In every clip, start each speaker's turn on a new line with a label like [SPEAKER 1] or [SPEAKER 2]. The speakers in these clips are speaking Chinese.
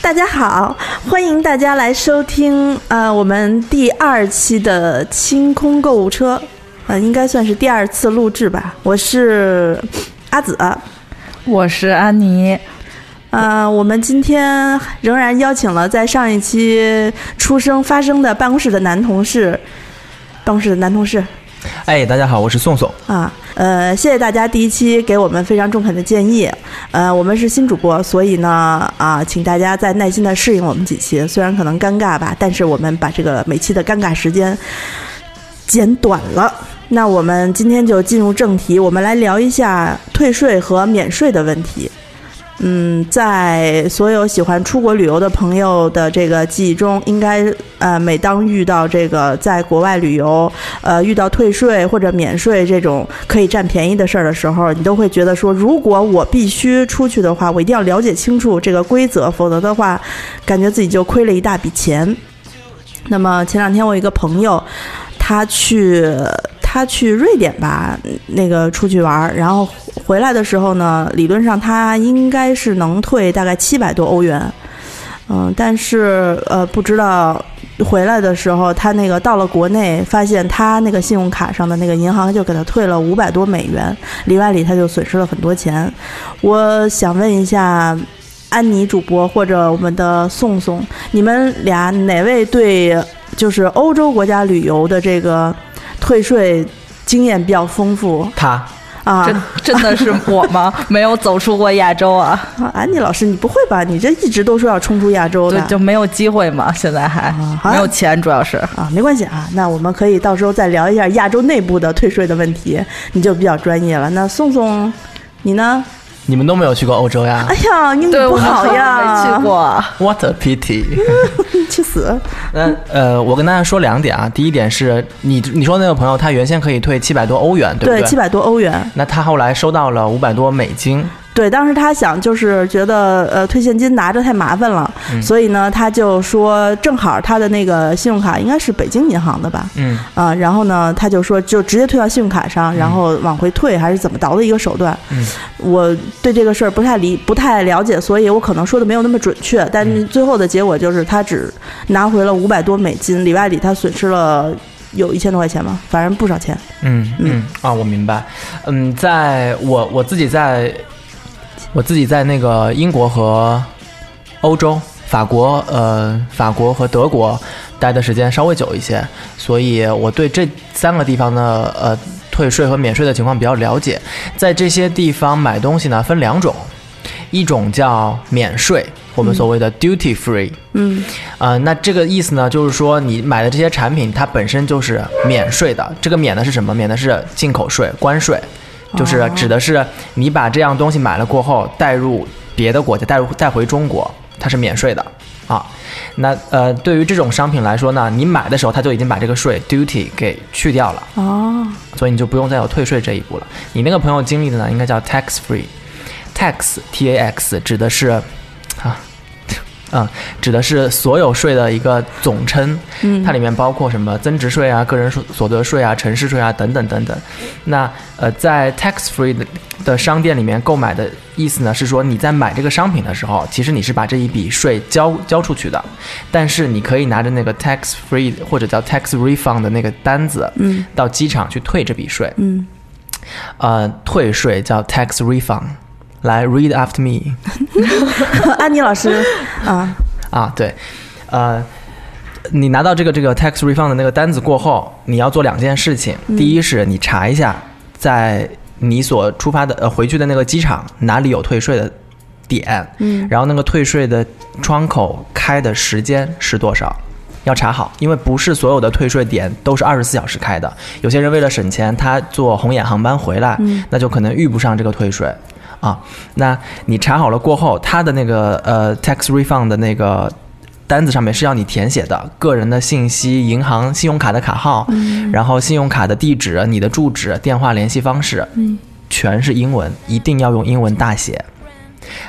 [SPEAKER 1] 大家好，欢迎大家来收听呃我们第二期的清空购物车，呃应该算是第二次录制吧。我是阿紫，
[SPEAKER 2] 我是安妮。
[SPEAKER 1] 呃，我们今天仍然邀请了在上一期出生发生的办公室的男同事，办公室的男同事
[SPEAKER 3] 哎，大家好，我是宋宋。
[SPEAKER 1] 啊，呃，谢谢大家第一期给我们非常中肯的建议，呃，我们是新主播，所以呢，啊，请大家再耐心的适应我们几期，虽然可能尴尬吧，但是我们把这个每期的尴尬时间减短了。那我们今天就进入正题，我们来聊一下退税和免税的问题。嗯，在所有喜欢出国旅游的朋友的这个记忆中，应该呃，每当遇到这个在国外旅游，呃，遇到退税或者免税这种可以占便宜的事儿的时候，你都会觉得说，如果我必须出去的话，我一定要了解清楚这个规则，否则的话，感觉自己就亏了一大笔钱。那么前两天我有一个朋友，他去他去瑞典吧，那个出去玩儿，然后回来的时候呢，理论上他应该是能退大概七百多欧元，嗯，但是呃，不知道回来的时候他那个到了国内，发现他那个信用卡上的那个银行就给他退了五百多美元，里外里他就损失了很多钱。我想问一下。安妮主播或者我们的宋宋，你们俩哪位对就是欧洲国家旅游的这个退税经验比较丰富
[SPEAKER 3] 他
[SPEAKER 1] 啊？
[SPEAKER 2] 真真的是我 吗？没有走出过亚洲啊，
[SPEAKER 1] 啊，安妮老师，你不会吧？你这一直都说要冲出亚洲
[SPEAKER 2] 对
[SPEAKER 1] 的，
[SPEAKER 2] 就没有机会嘛。现在还
[SPEAKER 1] 啊好
[SPEAKER 2] 没有钱，主要是
[SPEAKER 1] 啊，没关系啊，那我们可以到时候再聊一下亚洲内部的退税的问题，你就比较专业了。那宋宋，你呢？
[SPEAKER 3] 你们都没有去过欧洲呀
[SPEAKER 1] 哎呀，英语
[SPEAKER 2] 对
[SPEAKER 1] 不
[SPEAKER 2] 我
[SPEAKER 1] 好呀，
[SPEAKER 2] 没去，过。
[SPEAKER 3] ？What a pity！
[SPEAKER 1] 去死！
[SPEAKER 3] 那呃，我跟大家说两点啊。第一点是你你说那个朋友，他原先可以退七百多欧元，对不对？
[SPEAKER 1] 七。百多欧元。
[SPEAKER 3] 那他后来收到了五百多美金，
[SPEAKER 1] 对，当时他想就是觉得呃退现金拿着太麻烦了，
[SPEAKER 3] 嗯
[SPEAKER 1] 所以呢他就说正好他的那个信用卡应该是北京银行的吧，
[SPEAKER 3] 嗯，
[SPEAKER 1] 啊，然后呢，他就说就直接退到信用卡上，然后往回退还是怎么倒的一个手段。
[SPEAKER 3] 嗯
[SPEAKER 1] 我对这个事儿不太理不太了解，所以我可能说的没有那么准确，但
[SPEAKER 3] 嗯
[SPEAKER 1] 是最后的结果就是他只拿回了五百多美金，里外里他损失了有一千多块钱吧，反正不少钱。
[SPEAKER 3] 嗯嗯啊，我明白。嗯，在我我自己在，我自己在那个英国和欧洲、法国呃法国和德国待的时间稍微久一些，所以我对这三个地方的呃退税和免税的情况比较了解。在这些地方买东西呢，分两种，一种叫免税，我们所谓的 duty free。
[SPEAKER 1] 嗯
[SPEAKER 3] 呃，那这个意思呢，就是说你买的这些产品，它本身就是免税的。这个免的是什么？免的是进口税、关税，就是指的是你把这样东西买了过后，带入别的国家，带入带回中国，它是免税的啊。那呃，对于这种商品来说呢，你买的时候它就已经把这个税 duty 给去掉了，
[SPEAKER 1] 哦，
[SPEAKER 3] 所以你就不用再有退税这一步了。你那个朋友经历的呢，应该叫 tax free，tax t a x 指的是啊，嗯，指的是所有税的一个总称，
[SPEAKER 1] 嗯，
[SPEAKER 3] 它里面包括什么增值税啊、个人所所得税啊、城市税啊等等等等。那呃，在 tax free 的的商店里面购买的意思呢，是说你在买这个商品的时候，其实你是把这一笔税交交出去的，但是你可以拿着那个 tax free 或者叫 tax refund 的那个单子
[SPEAKER 1] 嗯
[SPEAKER 3] 到机场去退这笔税。
[SPEAKER 1] 嗯，
[SPEAKER 3] 呃，退税叫 tax refund。来 read after me
[SPEAKER 1] 安妮老 师啊，
[SPEAKER 3] 啊，对，呃，你拿到这个这个 tax refund 的那个单子过后，你要做两件事情。
[SPEAKER 1] 嗯
[SPEAKER 3] 第一是你查一下，在你所出发的呃回去的那个机场哪里有退税的点，
[SPEAKER 1] 嗯
[SPEAKER 3] 然后那个退税的窗口开的时间是多少。要查好，因为不是所有的退税点都是二十四小时开的。有些人为了省钱，他坐红眼航班回来，那就可能遇不上这个退税啊。那你查好了过后，他的那个呃 tax refund 的那个单子上面是要你填写的个人的信息、银行、信用卡的卡号，然后信用卡的地址、你的住址、电话联系方式，全是英文，一定要用英文大写。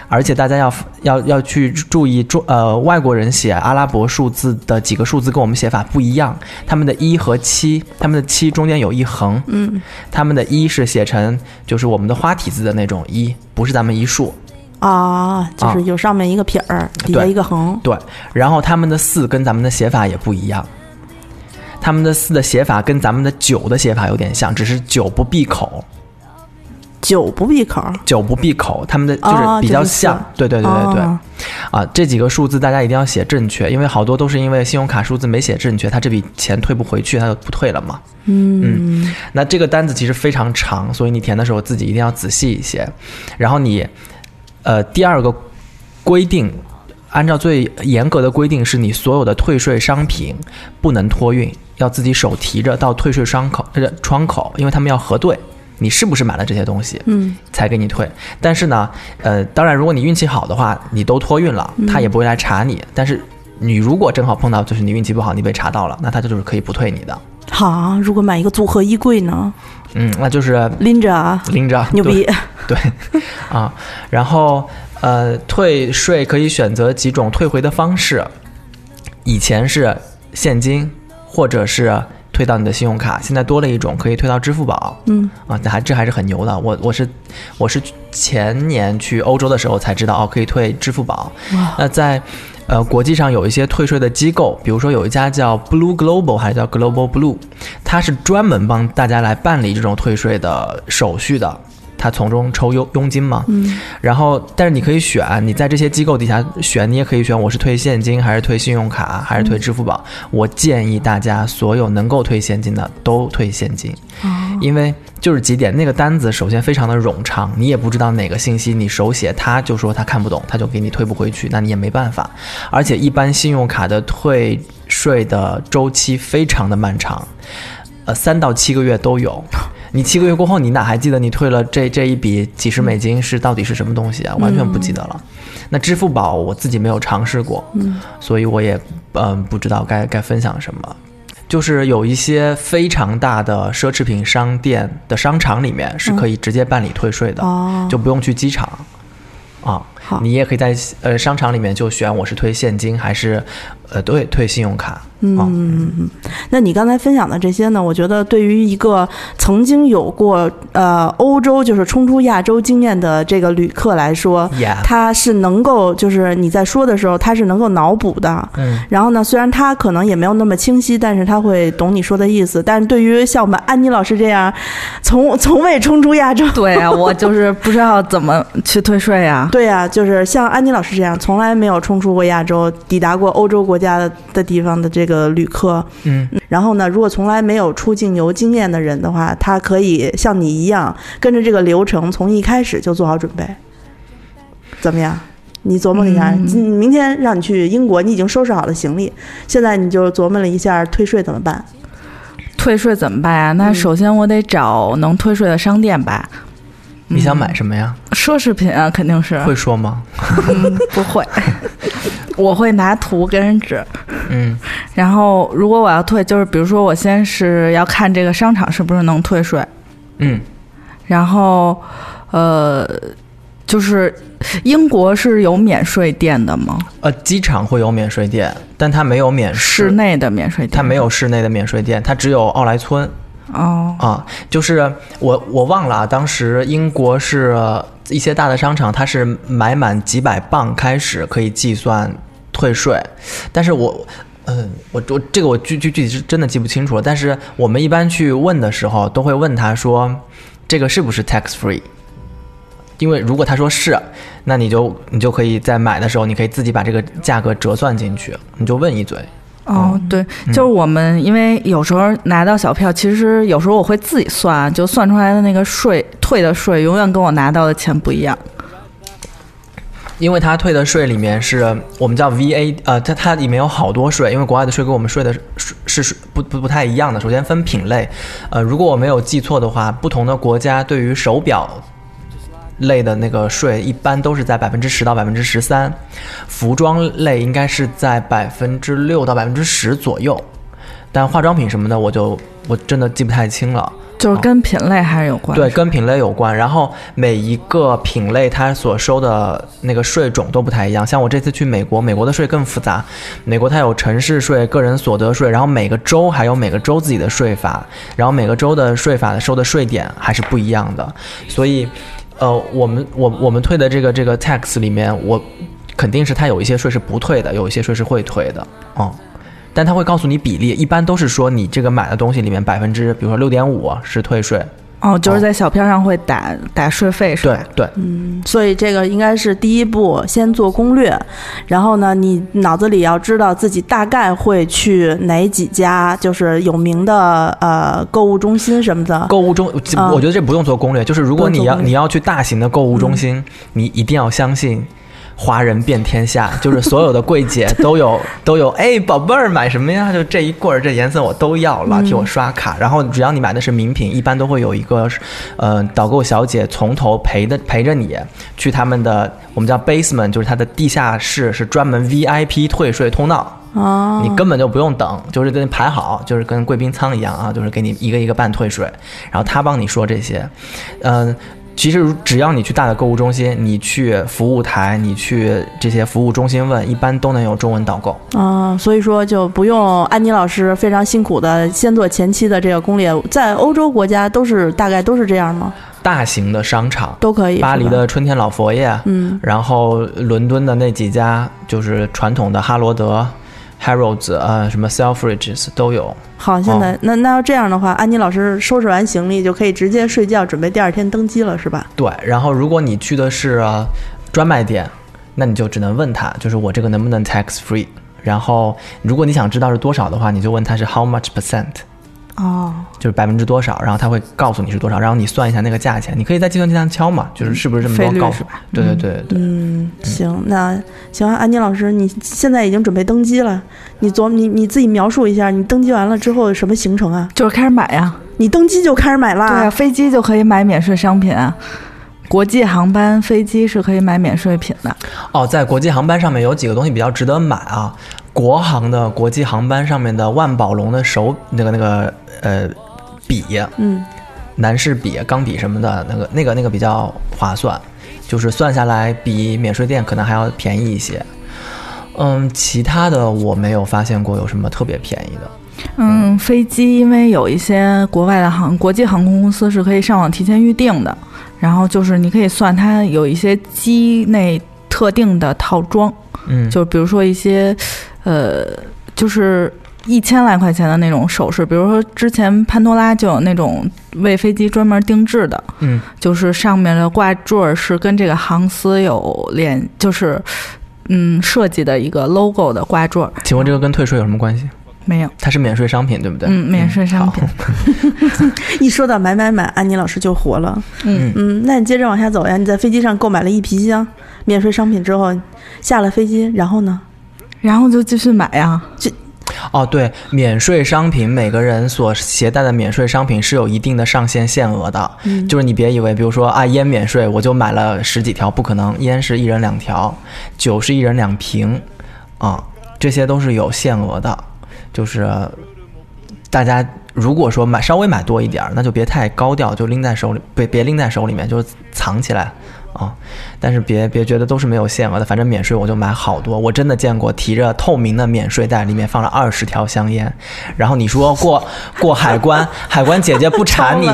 [SPEAKER 3] 而且大家要要要去注意中呃外国人写阿拉伯数字的几个数字跟我们写法不一样，他们的一和七，他们的七中间有一横，
[SPEAKER 1] 嗯
[SPEAKER 3] 他们的一是写成就是我们的花体字的那种一，不是咱们一竖
[SPEAKER 1] 啊，就是有上面一个撇儿，底下
[SPEAKER 3] 对
[SPEAKER 1] 一个横，
[SPEAKER 3] 对，然后他们的四跟咱们的写法也不一样，他们的四的写法跟咱们的九的写法有点像，只是九不闭口，
[SPEAKER 1] 九不闭口儿，
[SPEAKER 3] 九不闭口，他们的就
[SPEAKER 1] 哦
[SPEAKER 3] 是比较
[SPEAKER 1] 就是四
[SPEAKER 3] 像。对对对对对，
[SPEAKER 1] 哦
[SPEAKER 3] 啊，这几个数字大家一定要写正确，因为好多都是因为信用卡数字没写正确，他这笔钱退不回去，他就不退了嘛。嗯那这个单子其实非常长，所以你填的时候自己一定要仔细一些。然后你，呃，第二个规定，按照最严格的规定是你所有的退税商品不能托运，要自己手提着到退税窗口，这个窗口，因为他们要核对。你是不是买了这些东西？
[SPEAKER 1] 嗯，
[SPEAKER 3] 才给你退。但是呢，呃，当然，如果你运气好的话，你都托运了，他也不会来查你。但是你如果正好碰到就是你运气不好，你被查到了，那他就是可以不退你的。
[SPEAKER 1] 好，如果买一个组合衣柜呢，
[SPEAKER 3] 嗯，那就是
[SPEAKER 1] 拎着啊，
[SPEAKER 3] 拎着
[SPEAKER 1] 牛逼，
[SPEAKER 3] 对啊。然后呃，退税可以选择几种退回的方式，以前是现金，或者是退到你的信用卡，现在多了一种可以退到支付宝。
[SPEAKER 1] 嗯，
[SPEAKER 3] 啊，那还这还是很牛的。我我是我是前年去欧洲的时候才知道哦，可以退支付宝。那在呃国际上有一些退税的机构，比如说有一家叫 Blue Global 还是叫 Global Blue，它是专门帮大家来办理这种退税的手续的。它从中抽佣佣金嘛，嗯，然后但是你可以选，你在这些机构底下选，你也可以选我是退现金还是退信用卡还是退支付宝。我建议大家所有能够退现金的都退现金，因为就是几点，那个单子首先非常的冗长，你也不知道哪个信息你手写，他就说他看不懂，他就给你退不回去，那你也没办法。而且一般信用卡的退税的周期非常的漫长，呃，三到七个月 都有。你七个月过后，你哪还记得你退了这这一笔几十美金是到底是什么东西啊？
[SPEAKER 1] 嗯
[SPEAKER 3] 完全不记得了。那支付宝我自己没有尝试过，所以我也嗯、呃不知道该该分享什么。就是有一些非常大的奢侈品商店的商场里面是可以直接办理退税的，
[SPEAKER 1] 哦
[SPEAKER 3] 就不用去机场啊
[SPEAKER 1] 好。
[SPEAKER 3] 你也可以在呃商场里面就选我是退现金还是呃对退信用卡啊。嗯
[SPEAKER 1] 那你刚才分享的这些呢？我觉得对于一个曾经有过呃欧洲就是冲出亚洲经验的这个旅客来说
[SPEAKER 3] Yeah
[SPEAKER 1] 他嗯是能够就是你在说的时候，他是能够脑补的。
[SPEAKER 3] 嗯，
[SPEAKER 1] 然后呢，虽然他可能也没有那么清晰，但是他会懂你说的意思。但是对于像我们安妮老师这样，从从未冲出亚洲。
[SPEAKER 2] 对啊，我就是不知道怎么去退税啊。
[SPEAKER 1] 对呀、就是像安妮老师这样，从来没有冲出过亚洲、抵达过欧洲国家的的地方的这个旅客，
[SPEAKER 3] 嗯，
[SPEAKER 1] 然后呢，如果从来没有出境游经验的人的话，他可以像你一样，跟着这个流程从一开始就做好准备，怎么样？你琢磨了一下，你明天让你去英国，你已经收拾好了行李，现在你就琢磨了一下退税怎么办？
[SPEAKER 2] 退税怎么办啊？那首先我得找能退税的商店吧。
[SPEAKER 3] 你想买什么呀？
[SPEAKER 2] 奢侈品啊，肯定是嗯
[SPEAKER 3] 会说吗？
[SPEAKER 2] 不会， 我会拿图跟人指。
[SPEAKER 3] 嗯
[SPEAKER 2] 然后如果我要退，就是比如说我先是要看这个商场是不是能退税，
[SPEAKER 3] 嗯，
[SPEAKER 2] 然后呃，就是英国是有免税店的吗？
[SPEAKER 3] 呃，机场会有免税店，但它没有免
[SPEAKER 2] 室
[SPEAKER 3] 税，
[SPEAKER 2] 内的免税店？
[SPEAKER 3] 它没有室内的免税店，它只有奥莱村。
[SPEAKER 2] 哦，
[SPEAKER 3] 啊，就是我我忘了啊，当时英国是呃一些大的商场，它是买满几百磅开始可以计算退税，但是我。嗯，我我这个我具具具体是真的记不清楚了，但是我们一般去问的时候，都会问他说，这个是不是 tax free？因为如果他说是，那你就你就可以在买的时候，你可以自己把这个价格折算进去，你就问一嘴。
[SPEAKER 2] 哦，对，
[SPEAKER 3] 嗯
[SPEAKER 2] 就是我们因为有时候拿到小票，其实有时候我会自己算，就算出来的那个税退的税，永远跟我拿到的钱不一样。
[SPEAKER 3] 因为他退的税里面是我们叫 VA，呃，它它里面有好多税，因为国外的税跟我们税的是是是不不不太一样的。首先分品类，呃，如果我没有记错的话，不同的国家对于手表类的那个税一般都是在百分之十到百分之十三，服装类应该是在百分之六到百分之十左右，但化妆品什么的我就我真的记不太清了。
[SPEAKER 2] 就是跟品类还是有关。
[SPEAKER 3] 对，，跟品类有关。然后每一个品类它所收的那个税种都不太一样。像我这次去美国，美国的税更复杂，美国它有城市税、个人所得税，然后每个州还有每个州自己的税法，然后每个州的税法的收的税点还是不一样的，所以。呃，我们我我们退的这个这个 tax 里面，我肯定是它有一些税是不退的，有一些税是会退的，嗯。但它会告诉你比例，一般都是说你这个买的东西里面百分之，比如说六点五是退税，
[SPEAKER 2] 哦，就是
[SPEAKER 3] 哦
[SPEAKER 2] 在小票上会打打税费是
[SPEAKER 3] 对
[SPEAKER 2] 吧？
[SPEAKER 3] 对，
[SPEAKER 1] 嗯所以这个应该是第一步，先做攻略，然后呢，你脑子里要知道自己大概会去哪几家，就是有名的呃购物中心什么的。
[SPEAKER 3] 购物中，
[SPEAKER 1] 啊
[SPEAKER 3] 我觉得这不用做攻略，就是如果你
[SPEAKER 1] 不用做
[SPEAKER 3] 要
[SPEAKER 1] 攻略嗯
[SPEAKER 3] 你要去大型的购物中心，你一定要相信。华人遍 天下，就是所有的柜姐都有都有。哎，宝贝儿，买什么呀？就这一柜儿，这颜色我都要
[SPEAKER 1] 嗯
[SPEAKER 3] 了，替我刷卡。然后只要你买的是名品，一般都会有一个，呃，导购小姐从头陪的陪着你去他们的我们叫 basement，就是它的地下室，是专门 VIP 退税通道。
[SPEAKER 1] 哦，
[SPEAKER 3] 你根本就不用等，就是跟排好，就是跟贵宾舱一样啊，就是给你一个一个办退税，然后他帮你说这些，嗯、其实如只要你去大的购物中心，你去服务台，你去这些服务中心问，一般都能有中文导购。
[SPEAKER 1] 啊、所以说就不用安妮老师非常辛苦的先做前期的这个攻略，在欧洲国家都是大概都是这样吗？
[SPEAKER 3] 大型的商场，
[SPEAKER 1] 都可以。
[SPEAKER 3] 巴黎
[SPEAKER 1] 是吧，
[SPEAKER 3] 的春天老佛爷，啊
[SPEAKER 1] 嗯，
[SPEAKER 3] 然后伦敦的那几家就是传统的哈罗德、Harrods 呃什么 Selfridges 都有。
[SPEAKER 1] 好，现
[SPEAKER 3] 哦
[SPEAKER 1] 在、那那要这样的话，安妮老师收拾完行李就可以直接睡觉，准备第二天登机了，是吧？
[SPEAKER 3] 对，然后如果你去的是、呃专卖店，那你就只能问他，就是我这个能不能 tax free。然后如果你想知道是多少的话，你就问他是 how much percent，
[SPEAKER 2] 哦，
[SPEAKER 3] 就是百分之多少，然后他会告诉你是多少，然后你算一下那个价钱，你可以在计算器上敲嘛，就是是不是这么
[SPEAKER 2] 嗯费
[SPEAKER 3] 多
[SPEAKER 2] 率
[SPEAKER 3] 告
[SPEAKER 2] 是
[SPEAKER 3] 诉。
[SPEAKER 2] 吧？
[SPEAKER 3] 对对对对对，
[SPEAKER 1] 嗯，行，那行，啊安妮老师，你现在已经准备登机了，你琢你你自己描述一下，你登机完了之后什么行程啊？
[SPEAKER 2] 就是开始买呀，
[SPEAKER 1] 你登机就开始买啦？
[SPEAKER 2] 对啊，飞机就可以买免税商品啊。国际航班飞机是可以买免税品的，
[SPEAKER 3] 哦，在国际航班上面有几个东西比较值得买啊，国航的国际航班上面的万宝龙的手那个那个呃笔，
[SPEAKER 1] 嗯，
[SPEAKER 3] 男士笔、钢笔什么的，那个那个那个比较划算，就是算下来比免税店可能还要便宜一些。嗯，其他的我没有发现过有什么特别便宜的。
[SPEAKER 2] 嗯，飞机因为有一些国外的航国际航空公司是可以上网提前预定的，然后就是你可以算它有一些机内特定的套装，
[SPEAKER 3] 嗯，
[SPEAKER 2] 就比如说一些，呃，就是一千来块钱的那种首饰，比如说之前潘多拉就有那种为飞机专门定制的，
[SPEAKER 3] 嗯，
[SPEAKER 2] 就是上面的挂坠儿是跟这个航司有联，就是嗯设计的一个 logo 的挂坠儿，
[SPEAKER 3] 请问这个跟退税有什么关系？
[SPEAKER 2] 没有，
[SPEAKER 3] 它是免税商品，对不对？
[SPEAKER 2] 嗯，免税商品
[SPEAKER 3] 好，
[SPEAKER 1] 一说到买买买，安妮老师就火了。
[SPEAKER 2] 嗯
[SPEAKER 1] 嗯，那你接着往下走呀，你在飞机上购买了一皮箱免税商品之后，下了飞机，然后呢？
[SPEAKER 2] 然后就继续买啊呀，
[SPEAKER 3] 哦，对，免税商品每个人所携带的免税商品是有一定的上限限额的，就是你别以为，比如说啊烟免税，我就买了十几条，不可能，烟是一人两条，酒是一人两瓶，啊，这些都是有限额的，就是大家如果说买稍微买多一点儿，那就别太高调，就拎在手里，别别拎在手里面，就是藏起来。啊，但是别别觉得都是没有限额的，反正免税我就买好多。我真的见过提着透明的免税袋，里面放了二十条香烟，然后你说过过海关， 海关姐姐不 查你，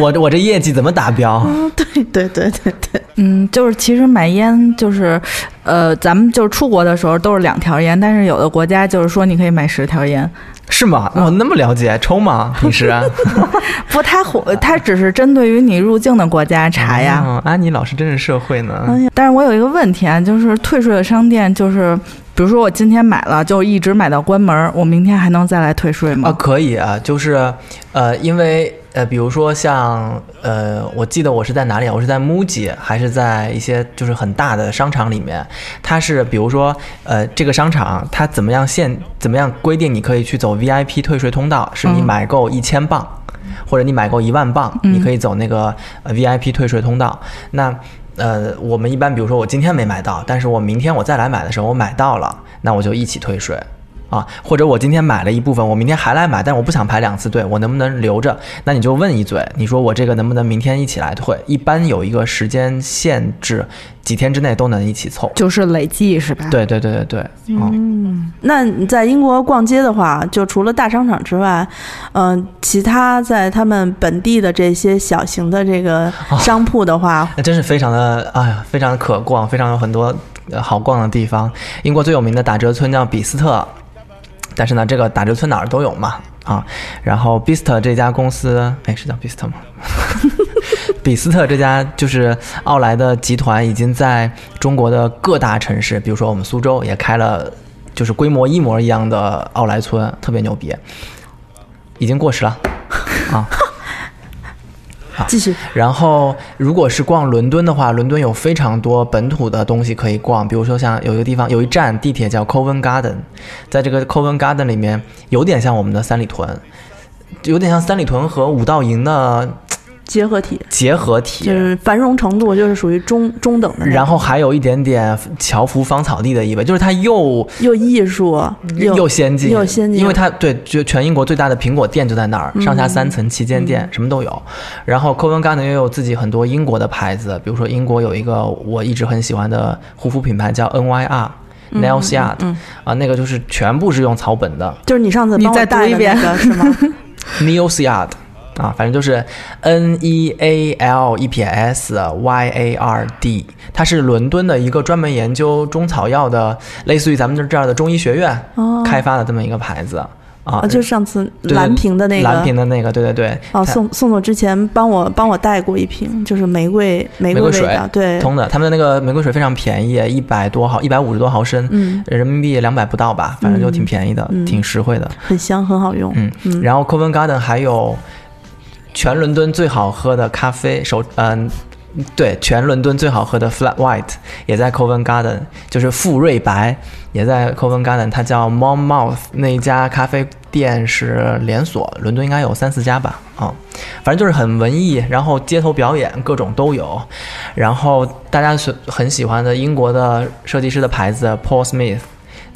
[SPEAKER 3] 我我这业绩怎么达标？
[SPEAKER 1] 嗯对对对对对，
[SPEAKER 2] 嗯，就是其实买烟就是，呃，咱们就是出国的时候都是两条烟，但是有的国家就是说你可以买十条烟，
[SPEAKER 3] 是吗？我那么了解，抽吗？平时啊
[SPEAKER 2] 不，它火，它只是针对于你入境的国家 查呀。
[SPEAKER 3] 嗯安妮老师真是社会呢。
[SPEAKER 2] 但是我有一个问题啊，就是退税的商店，就是比如说我今天买了，就一直买到关门儿，我明天还能再来退税
[SPEAKER 1] 哦
[SPEAKER 3] 啊，
[SPEAKER 2] 吗？
[SPEAKER 3] 可以啊，就是，呃，因为呃，比如说像呃，我记得我是在哪里啊？我是在 MUJI 还是在一些就是很大的商场里面？它是比如说呃，这个商场它怎么样限怎么样规定你可以去走 VIP 退税通道？是你
[SPEAKER 2] 嗯
[SPEAKER 3] 买够一千磅。或者你买够一万磅，
[SPEAKER 2] 嗯
[SPEAKER 3] 你可以走那个呃 VIP 退税通道。那呃，我们一般比如说我今天没买到，但是我明天我再来买的时候我买到了，那我就一起退税。啊，或者我今天买了一部分，我明天还来买，但我不想排两次队，我能不能留着？那你就问一嘴，你说我这个能不能明天一起来退？一般有一个时间限制，几天之内都能一起凑。
[SPEAKER 2] 嗯
[SPEAKER 4] 就是累计是吧？
[SPEAKER 3] 对对对对对，嗯，
[SPEAKER 1] 那你在英国逛街的话，就除了大商场之外，嗯、其他在他们本地的这些小型的这个商铺的话，
[SPEAKER 3] 那真是非常的，哎呀，非常的可逛，非常有很多呃好逛的地方。英国最有名的打折村叫比斯特，但是呢，这个打折村哪儿都有嘛啊。然后 Beast 这家公司，哎，是叫 Beast 吗？ 比斯特这家就是奥莱的集团，已经在中国的各大城市，比如说我们苏州也开了，就是规模一模一样的奥莱村，特别牛逼，已经过时了啊。
[SPEAKER 1] 继续
[SPEAKER 3] 然后，如果是逛伦敦的话，伦敦有非常多本土的东西可以逛，比如说像有一个地方有一站地铁叫 Covent Garden，在这个 Covent Garden 里面有点像我们的三里屯，有点像三里屯和五道营的
[SPEAKER 1] 结合体，
[SPEAKER 3] 结合体。
[SPEAKER 1] 就是繁荣程度就是属于中中等的那种，
[SPEAKER 3] 然后还有一点点乔服芳草地的意味，就是它又
[SPEAKER 1] 又艺术又
[SPEAKER 3] 又先进，
[SPEAKER 1] 又先进
[SPEAKER 3] 因为它对就全英国最大的苹果店就在那儿，上下三层
[SPEAKER 1] 嗯
[SPEAKER 3] 旗舰店、什么都有。然后 Covent Garden 也有自己很多英国的牌子，比如说英国有一个我一直很喜欢的护肤品牌叫 NYR。
[SPEAKER 1] 嗯
[SPEAKER 3] Nails Yard、啊，那个就是全部是用草本的
[SPEAKER 1] 就是你上次帮
[SPEAKER 2] 你再
[SPEAKER 1] 我
[SPEAKER 2] 读
[SPEAKER 1] 带
[SPEAKER 2] 一
[SPEAKER 1] 的
[SPEAKER 2] 遍
[SPEAKER 1] 那个 是吗？
[SPEAKER 3] ，Nails Yard 啊，反正就是 N E A L 一撇 S Y A R D，它是伦敦的一个专门研究中草药的，类似于咱们这儿的中医学院、
[SPEAKER 1] 哦
[SPEAKER 3] 开发的这么一个牌子啊
[SPEAKER 1] 啊，，就是上次
[SPEAKER 3] 对
[SPEAKER 1] 蓝瓶的那个，
[SPEAKER 3] 蓝瓶的那个，对对对，
[SPEAKER 1] 哦，
[SPEAKER 3] 它
[SPEAKER 1] 宋宋总之前帮我帮我带过一瓶，就是玫瑰玫
[SPEAKER 3] 玫
[SPEAKER 1] 瑰
[SPEAKER 3] 瑰
[SPEAKER 1] 味
[SPEAKER 3] 水
[SPEAKER 1] 道，对，
[SPEAKER 3] 通的，他们的那个玫瑰水非常便宜，一百多毫，一百五十多毫升，
[SPEAKER 1] 嗯，
[SPEAKER 3] 人民币两百不到吧，反正就挺便宜的，
[SPEAKER 1] 嗯
[SPEAKER 3] 挺实惠的，
[SPEAKER 1] 很香，很好用。
[SPEAKER 3] 嗯。
[SPEAKER 1] 嗯
[SPEAKER 3] 然后 Covent Garden 还有全伦敦最好喝的咖啡，手嗯。对，全伦敦最好喝的 Flat White 也在 Covent Garden，就是富瑞白也在 Covent Garden，它叫 Monmouth 那一家咖啡店是连锁，伦敦应该有三四家吧，啊、反正就是很文艺，然后街头表演各种都有，然后大家是很喜欢的英国的设计师的牌子 Paul Smith，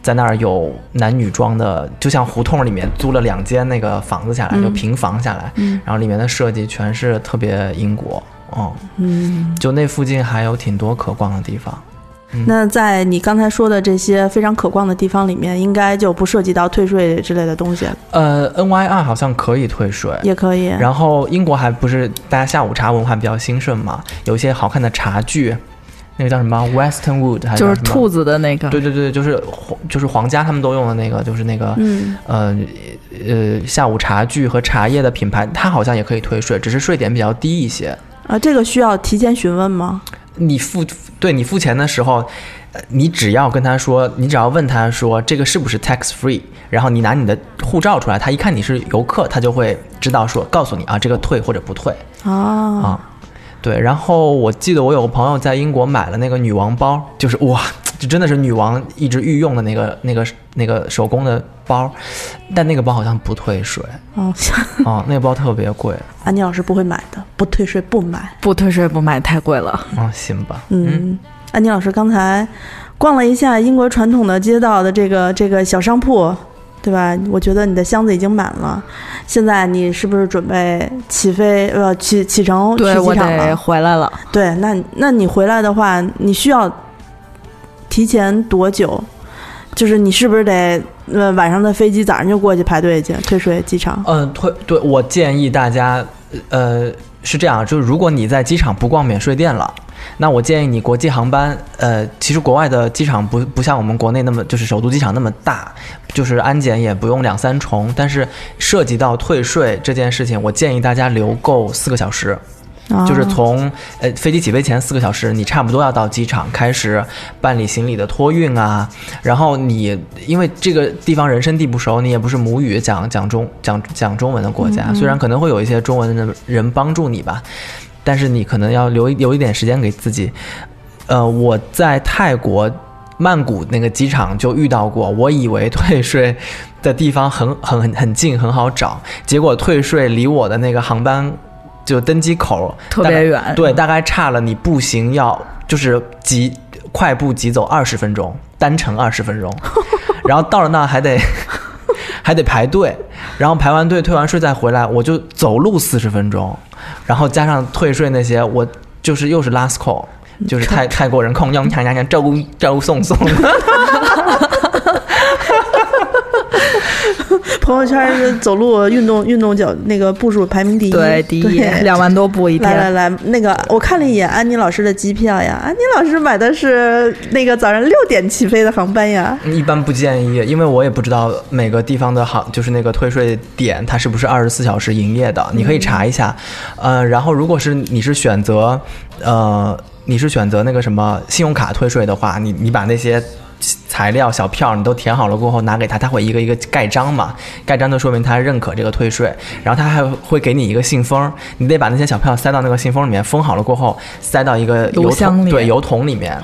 [SPEAKER 3] 在那儿有男女装的，就像胡同里面租了两间那个房子下
[SPEAKER 2] 嗯
[SPEAKER 3] 来，就平房下来，然后里面的设计全是特别英国，哦，嗯，就那附近还有挺多可逛的地方，嗯
[SPEAKER 1] 那在你刚才说的这些非常可逛的地方里面，应该就不涉及到退税之类的东西了，
[SPEAKER 3] 呃，NYR 好像可以退税。
[SPEAKER 1] 也可以。
[SPEAKER 3] 然后英国还不是大家下午茶文化比较兴盛嘛，有一些好看的茶具，那个叫什么 Western Wood 还是
[SPEAKER 2] 就是
[SPEAKER 3] 叫什么
[SPEAKER 2] 兔子的那个，
[SPEAKER 3] 对对对，就是皇就是皇家他们都用的那个，就是那个、
[SPEAKER 1] 嗯，
[SPEAKER 3] 呃呃下午茶具和茶叶的品牌，它好像也可以退税，只是税点比较低一些。
[SPEAKER 1] 啊，这个需要提前询问吗？
[SPEAKER 3] 你付对你付钱的时候，呃你只要跟他说，你只要问他说这个是不是 tax free，然后你拿你的护照出来，他一看你是游客，他就会知道说告诉你啊这个退或者不退。
[SPEAKER 1] 啊，
[SPEAKER 3] 啊。对，然后我记得我有个朋友在英国买了那个女王包，就是哇， 这真的是女王一直御用的那个那个那个手工的包，但那个包好像不退税
[SPEAKER 1] 哦， 行
[SPEAKER 3] 啊、那个包特别贵
[SPEAKER 1] 安妮老师不会买的，不退税不买。
[SPEAKER 2] 不退税不买太贵了。
[SPEAKER 3] 啊、行吧，
[SPEAKER 1] 嗯，安妮老师刚才逛了一下英国传统的街道的这个这个小商铺，对吧？我觉得你的箱子已经满了，现在你是不是准备起飞？呃，启启程去
[SPEAKER 2] 对我
[SPEAKER 1] 机场
[SPEAKER 2] 得
[SPEAKER 1] 了？
[SPEAKER 2] 回来了，
[SPEAKER 1] 对，那那你回来的话，你需要提前多久？就是你是不是得呃晚上的飞机，早上就过去排队去退税机场？
[SPEAKER 3] 嗯，退对我建议大家，呃，是这样，就是如果你在机场不逛免税店了，那我建议你国际航班，呃，其实国外的机场不不像我们国内那么，就是首都机场那么大，就是安检也不用两三重，但是涉及到退税这件事情，我建议大家留够四个小时。
[SPEAKER 1] 啊
[SPEAKER 3] 就是从呃飞机起飞前四个小时，你差不多要到机场开始办理行李的托运啊。然后你因为这个地方人生地不熟，你也不是母语讲讲中讲讲中文的国家，虽然可能会有一些中文的人帮助你吧，但是你可能要留一留一点时间给自己。呃，我在泰国曼谷那个机场就遇到过，我以为退税的地方很很很很近，很好找，结果退税离我的那个航班就登机口
[SPEAKER 2] 特
[SPEAKER 3] 大概
[SPEAKER 2] 别远
[SPEAKER 3] 对，大概差了你 步行要就是急快步疾走二十分钟，单程二十分钟。然后到了那还得还得排队，然后排完队退完税再回来，我就走路四十分钟，然后加上退税那些，我就是又是 last call，就是泰泰国人控，要你看看看，照顾照顾送送。
[SPEAKER 1] 朋友圈 是走路运动运动脚那个步数排名第一，
[SPEAKER 2] 对，第一 两万多步一天，
[SPEAKER 1] 来来来，那个我看了一眼安妮老师的机票呀，安妮老师买的是那个早上六点起飞的航班呀。
[SPEAKER 3] 一般不建议，因为我也不知道每个地方的行就是那个退税点，它是不是二十四小时营业
[SPEAKER 2] 嗯
[SPEAKER 3] 的，你可以查一下。呃，然后如果是你是选择，呃，你是选择那个什么信用卡退税的话，你你把那些。材料小票你都填好了过后拿给他，他会一个一个盖章嘛，盖章就说明他认可这个退税，然后他还会给你一个信封，你得把那些小票塞到那个信封里面，封好了过后塞到一个
[SPEAKER 2] 邮
[SPEAKER 3] 邮
[SPEAKER 2] 箱
[SPEAKER 3] 筒
[SPEAKER 2] 里哦
[SPEAKER 3] 对邮筒里面，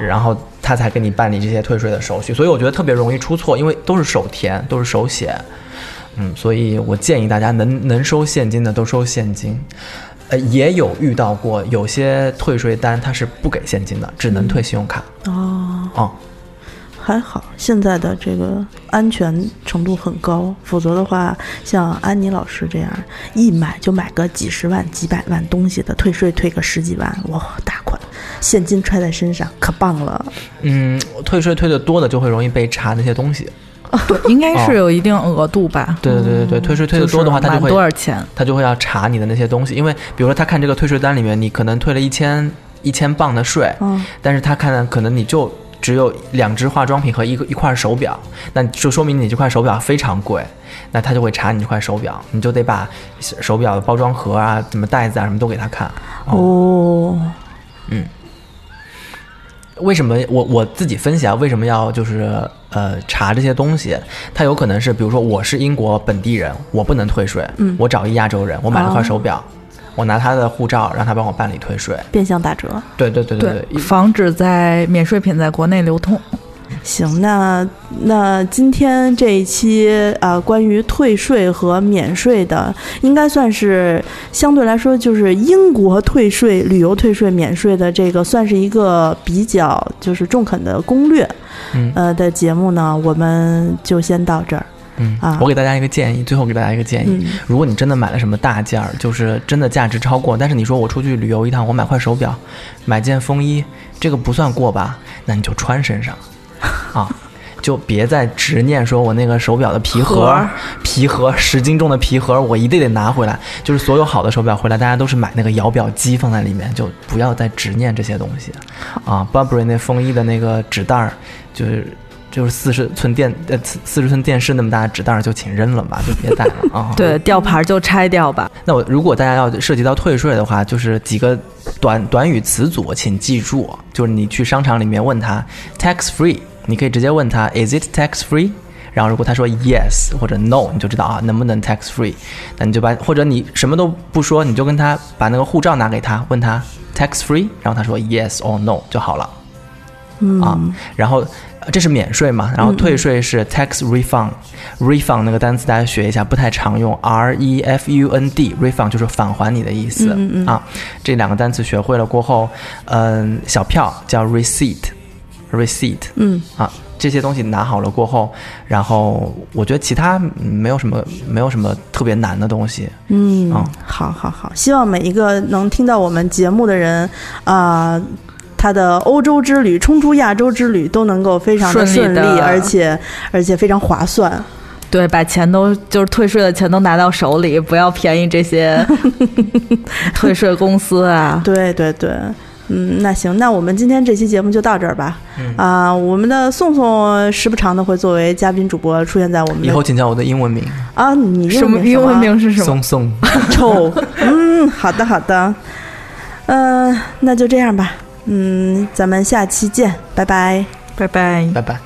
[SPEAKER 3] 然后他才给你办理这些退税的手续，所以我觉得特别容易出错，因为都是手填，都是手写，嗯，所以我建议大家能能收现金的都收现金，呃，也有遇到过有些退税单它是不给现金的，只能退信用卡，
[SPEAKER 1] 哦，
[SPEAKER 3] 哦、
[SPEAKER 1] 还好现在的这个安全程度很高，否则的话，像安妮老师这样一买就买个几十万、几百万东西的，退税退个十几万，哇，大款，现金揣在身上可棒了。
[SPEAKER 3] 嗯，退税退的多的就会容易被查那些东西。
[SPEAKER 2] 对，应该是有一定额度吧。
[SPEAKER 3] 哦对对对对对，退税退的
[SPEAKER 2] 就是
[SPEAKER 3] 多的话，他就
[SPEAKER 2] 满
[SPEAKER 3] 会
[SPEAKER 2] 多少钱？
[SPEAKER 3] 他就会要查你的那些东西，因为比如说他看这个退税单里面，你可能退了一千一千磅的税，
[SPEAKER 1] 嗯，
[SPEAKER 3] 但是他看了可能你就只有两只化妆品和一个一块手表，那就说明你这块手表非常贵，那他就会查你这块手表，你就得把手表的包装盒啊、什么袋子啊什么都给他看。
[SPEAKER 1] 哦，
[SPEAKER 3] 为什么我我自己分析啊？为什么要就是呃查这些东西？它有可能是，比如说我是英国本地人，我不能退税，嗯，哦我找一亚洲人，我买了块手表，我拿他的护照让他帮我办理退税。
[SPEAKER 1] 变相打折。
[SPEAKER 3] 对对对对对，
[SPEAKER 2] 防止在免税品在国内流通。
[SPEAKER 1] 行，那那今天这一期呃，关于退税和免税的，应该算是相对来说，就是英国退税、旅游退税、免税的这个，算是一个比较就是中肯的攻略。
[SPEAKER 3] 嗯
[SPEAKER 1] 呃的节目呢，我们就先到这儿。
[SPEAKER 3] 嗯
[SPEAKER 1] 啊
[SPEAKER 3] 我给大家一个建议，最后给大家一个建议，
[SPEAKER 1] 嗯
[SPEAKER 3] 如果你真的买了什么大件儿，就是真的价值超过，但是你说我出去旅游一趟，我买块手表，买件风衣，这个不算过吧？那你就穿身上，啊，就别再执念说我那个手表的皮
[SPEAKER 2] 盒
[SPEAKER 3] 盒
[SPEAKER 2] 儿，
[SPEAKER 3] 皮盒十斤重的皮盒，我一定得拿回来。就是所有好的手表回来，大家都是买那个摇表机放在里面，就不要再执念这些东西，啊，Burberry 那风衣的那个纸袋儿，就是。就是四十寸电呃四十寸电视那么大的纸袋儿就请扔了吧，就别带了啊。
[SPEAKER 2] 对，吊牌就拆掉吧。
[SPEAKER 3] 那我如果大家要涉及到退税的话，就是几个短短语词组，请记住，就是你去商场里面问他 tax free，你可以直接问他 is it tax free。然后如果他说 yes 或者 no，你就知道啊能不能 tax free。那你就把或者你什么都不说，你就跟他把那个护照拿给他，问他 tax free，然后他说 yes or no 就好了。
[SPEAKER 1] 嗯，
[SPEAKER 3] 啊，然后呃这是免税嘛，然后退税是 tax refund，refund、那个单词大家学一下，不太常用，r e f u n d，refund 就是返还你的意思
[SPEAKER 1] 嗯
[SPEAKER 3] 啊。这两个单词学会了过后，嗯，小票叫 receipt，receipt，
[SPEAKER 1] 嗯
[SPEAKER 3] 啊，这些东西拿好了过后，然后我觉得其他嗯没有什么没有什么特别难的东西，
[SPEAKER 1] 嗯
[SPEAKER 2] 啊
[SPEAKER 3] 哦，
[SPEAKER 1] 好好好，希望每一个能听到我们节目的人啊。他的欧洲之旅冲出亚洲之旅都能够非常的顺
[SPEAKER 2] 顺
[SPEAKER 1] 利，
[SPEAKER 2] 利地
[SPEAKER 1] 而且而且非常划算。
[SPEAKER 2] 对，把钱都就是退税的钱都拿到手里，不要便宜这 些退税公司啊。
[SPEAKER 1] 对对对，嗯，那行，那我们今天这期节目就到这儿吧。
[SPEAKER 2] 嗯
[SPEAKER 1] 啊、我们的宋宋时不常的会作为嘉宾主播出现在我们
[SPEAKER 3] 以后
[SPEAKER 1] 的
[SPEAKER 3] 请叫我的英文名
[SPEAKER 1] 啊，你
[SPEAKER 2] 什么英
[SPEAKER 1] 英
[SPEAKER 2] 文
[SPEAKER 1] 文名
[SPEAKER 2] 名是 什么？
[SPEAKER 3] 松松，
[SPEAKER 1] 臭。嗯，好的好的，呃嗯、那就这样吧。嗯，咱们下期见，拜拜。
[SPEAKER 2] 拜拜。
[SPEAKER 3] 拜拜。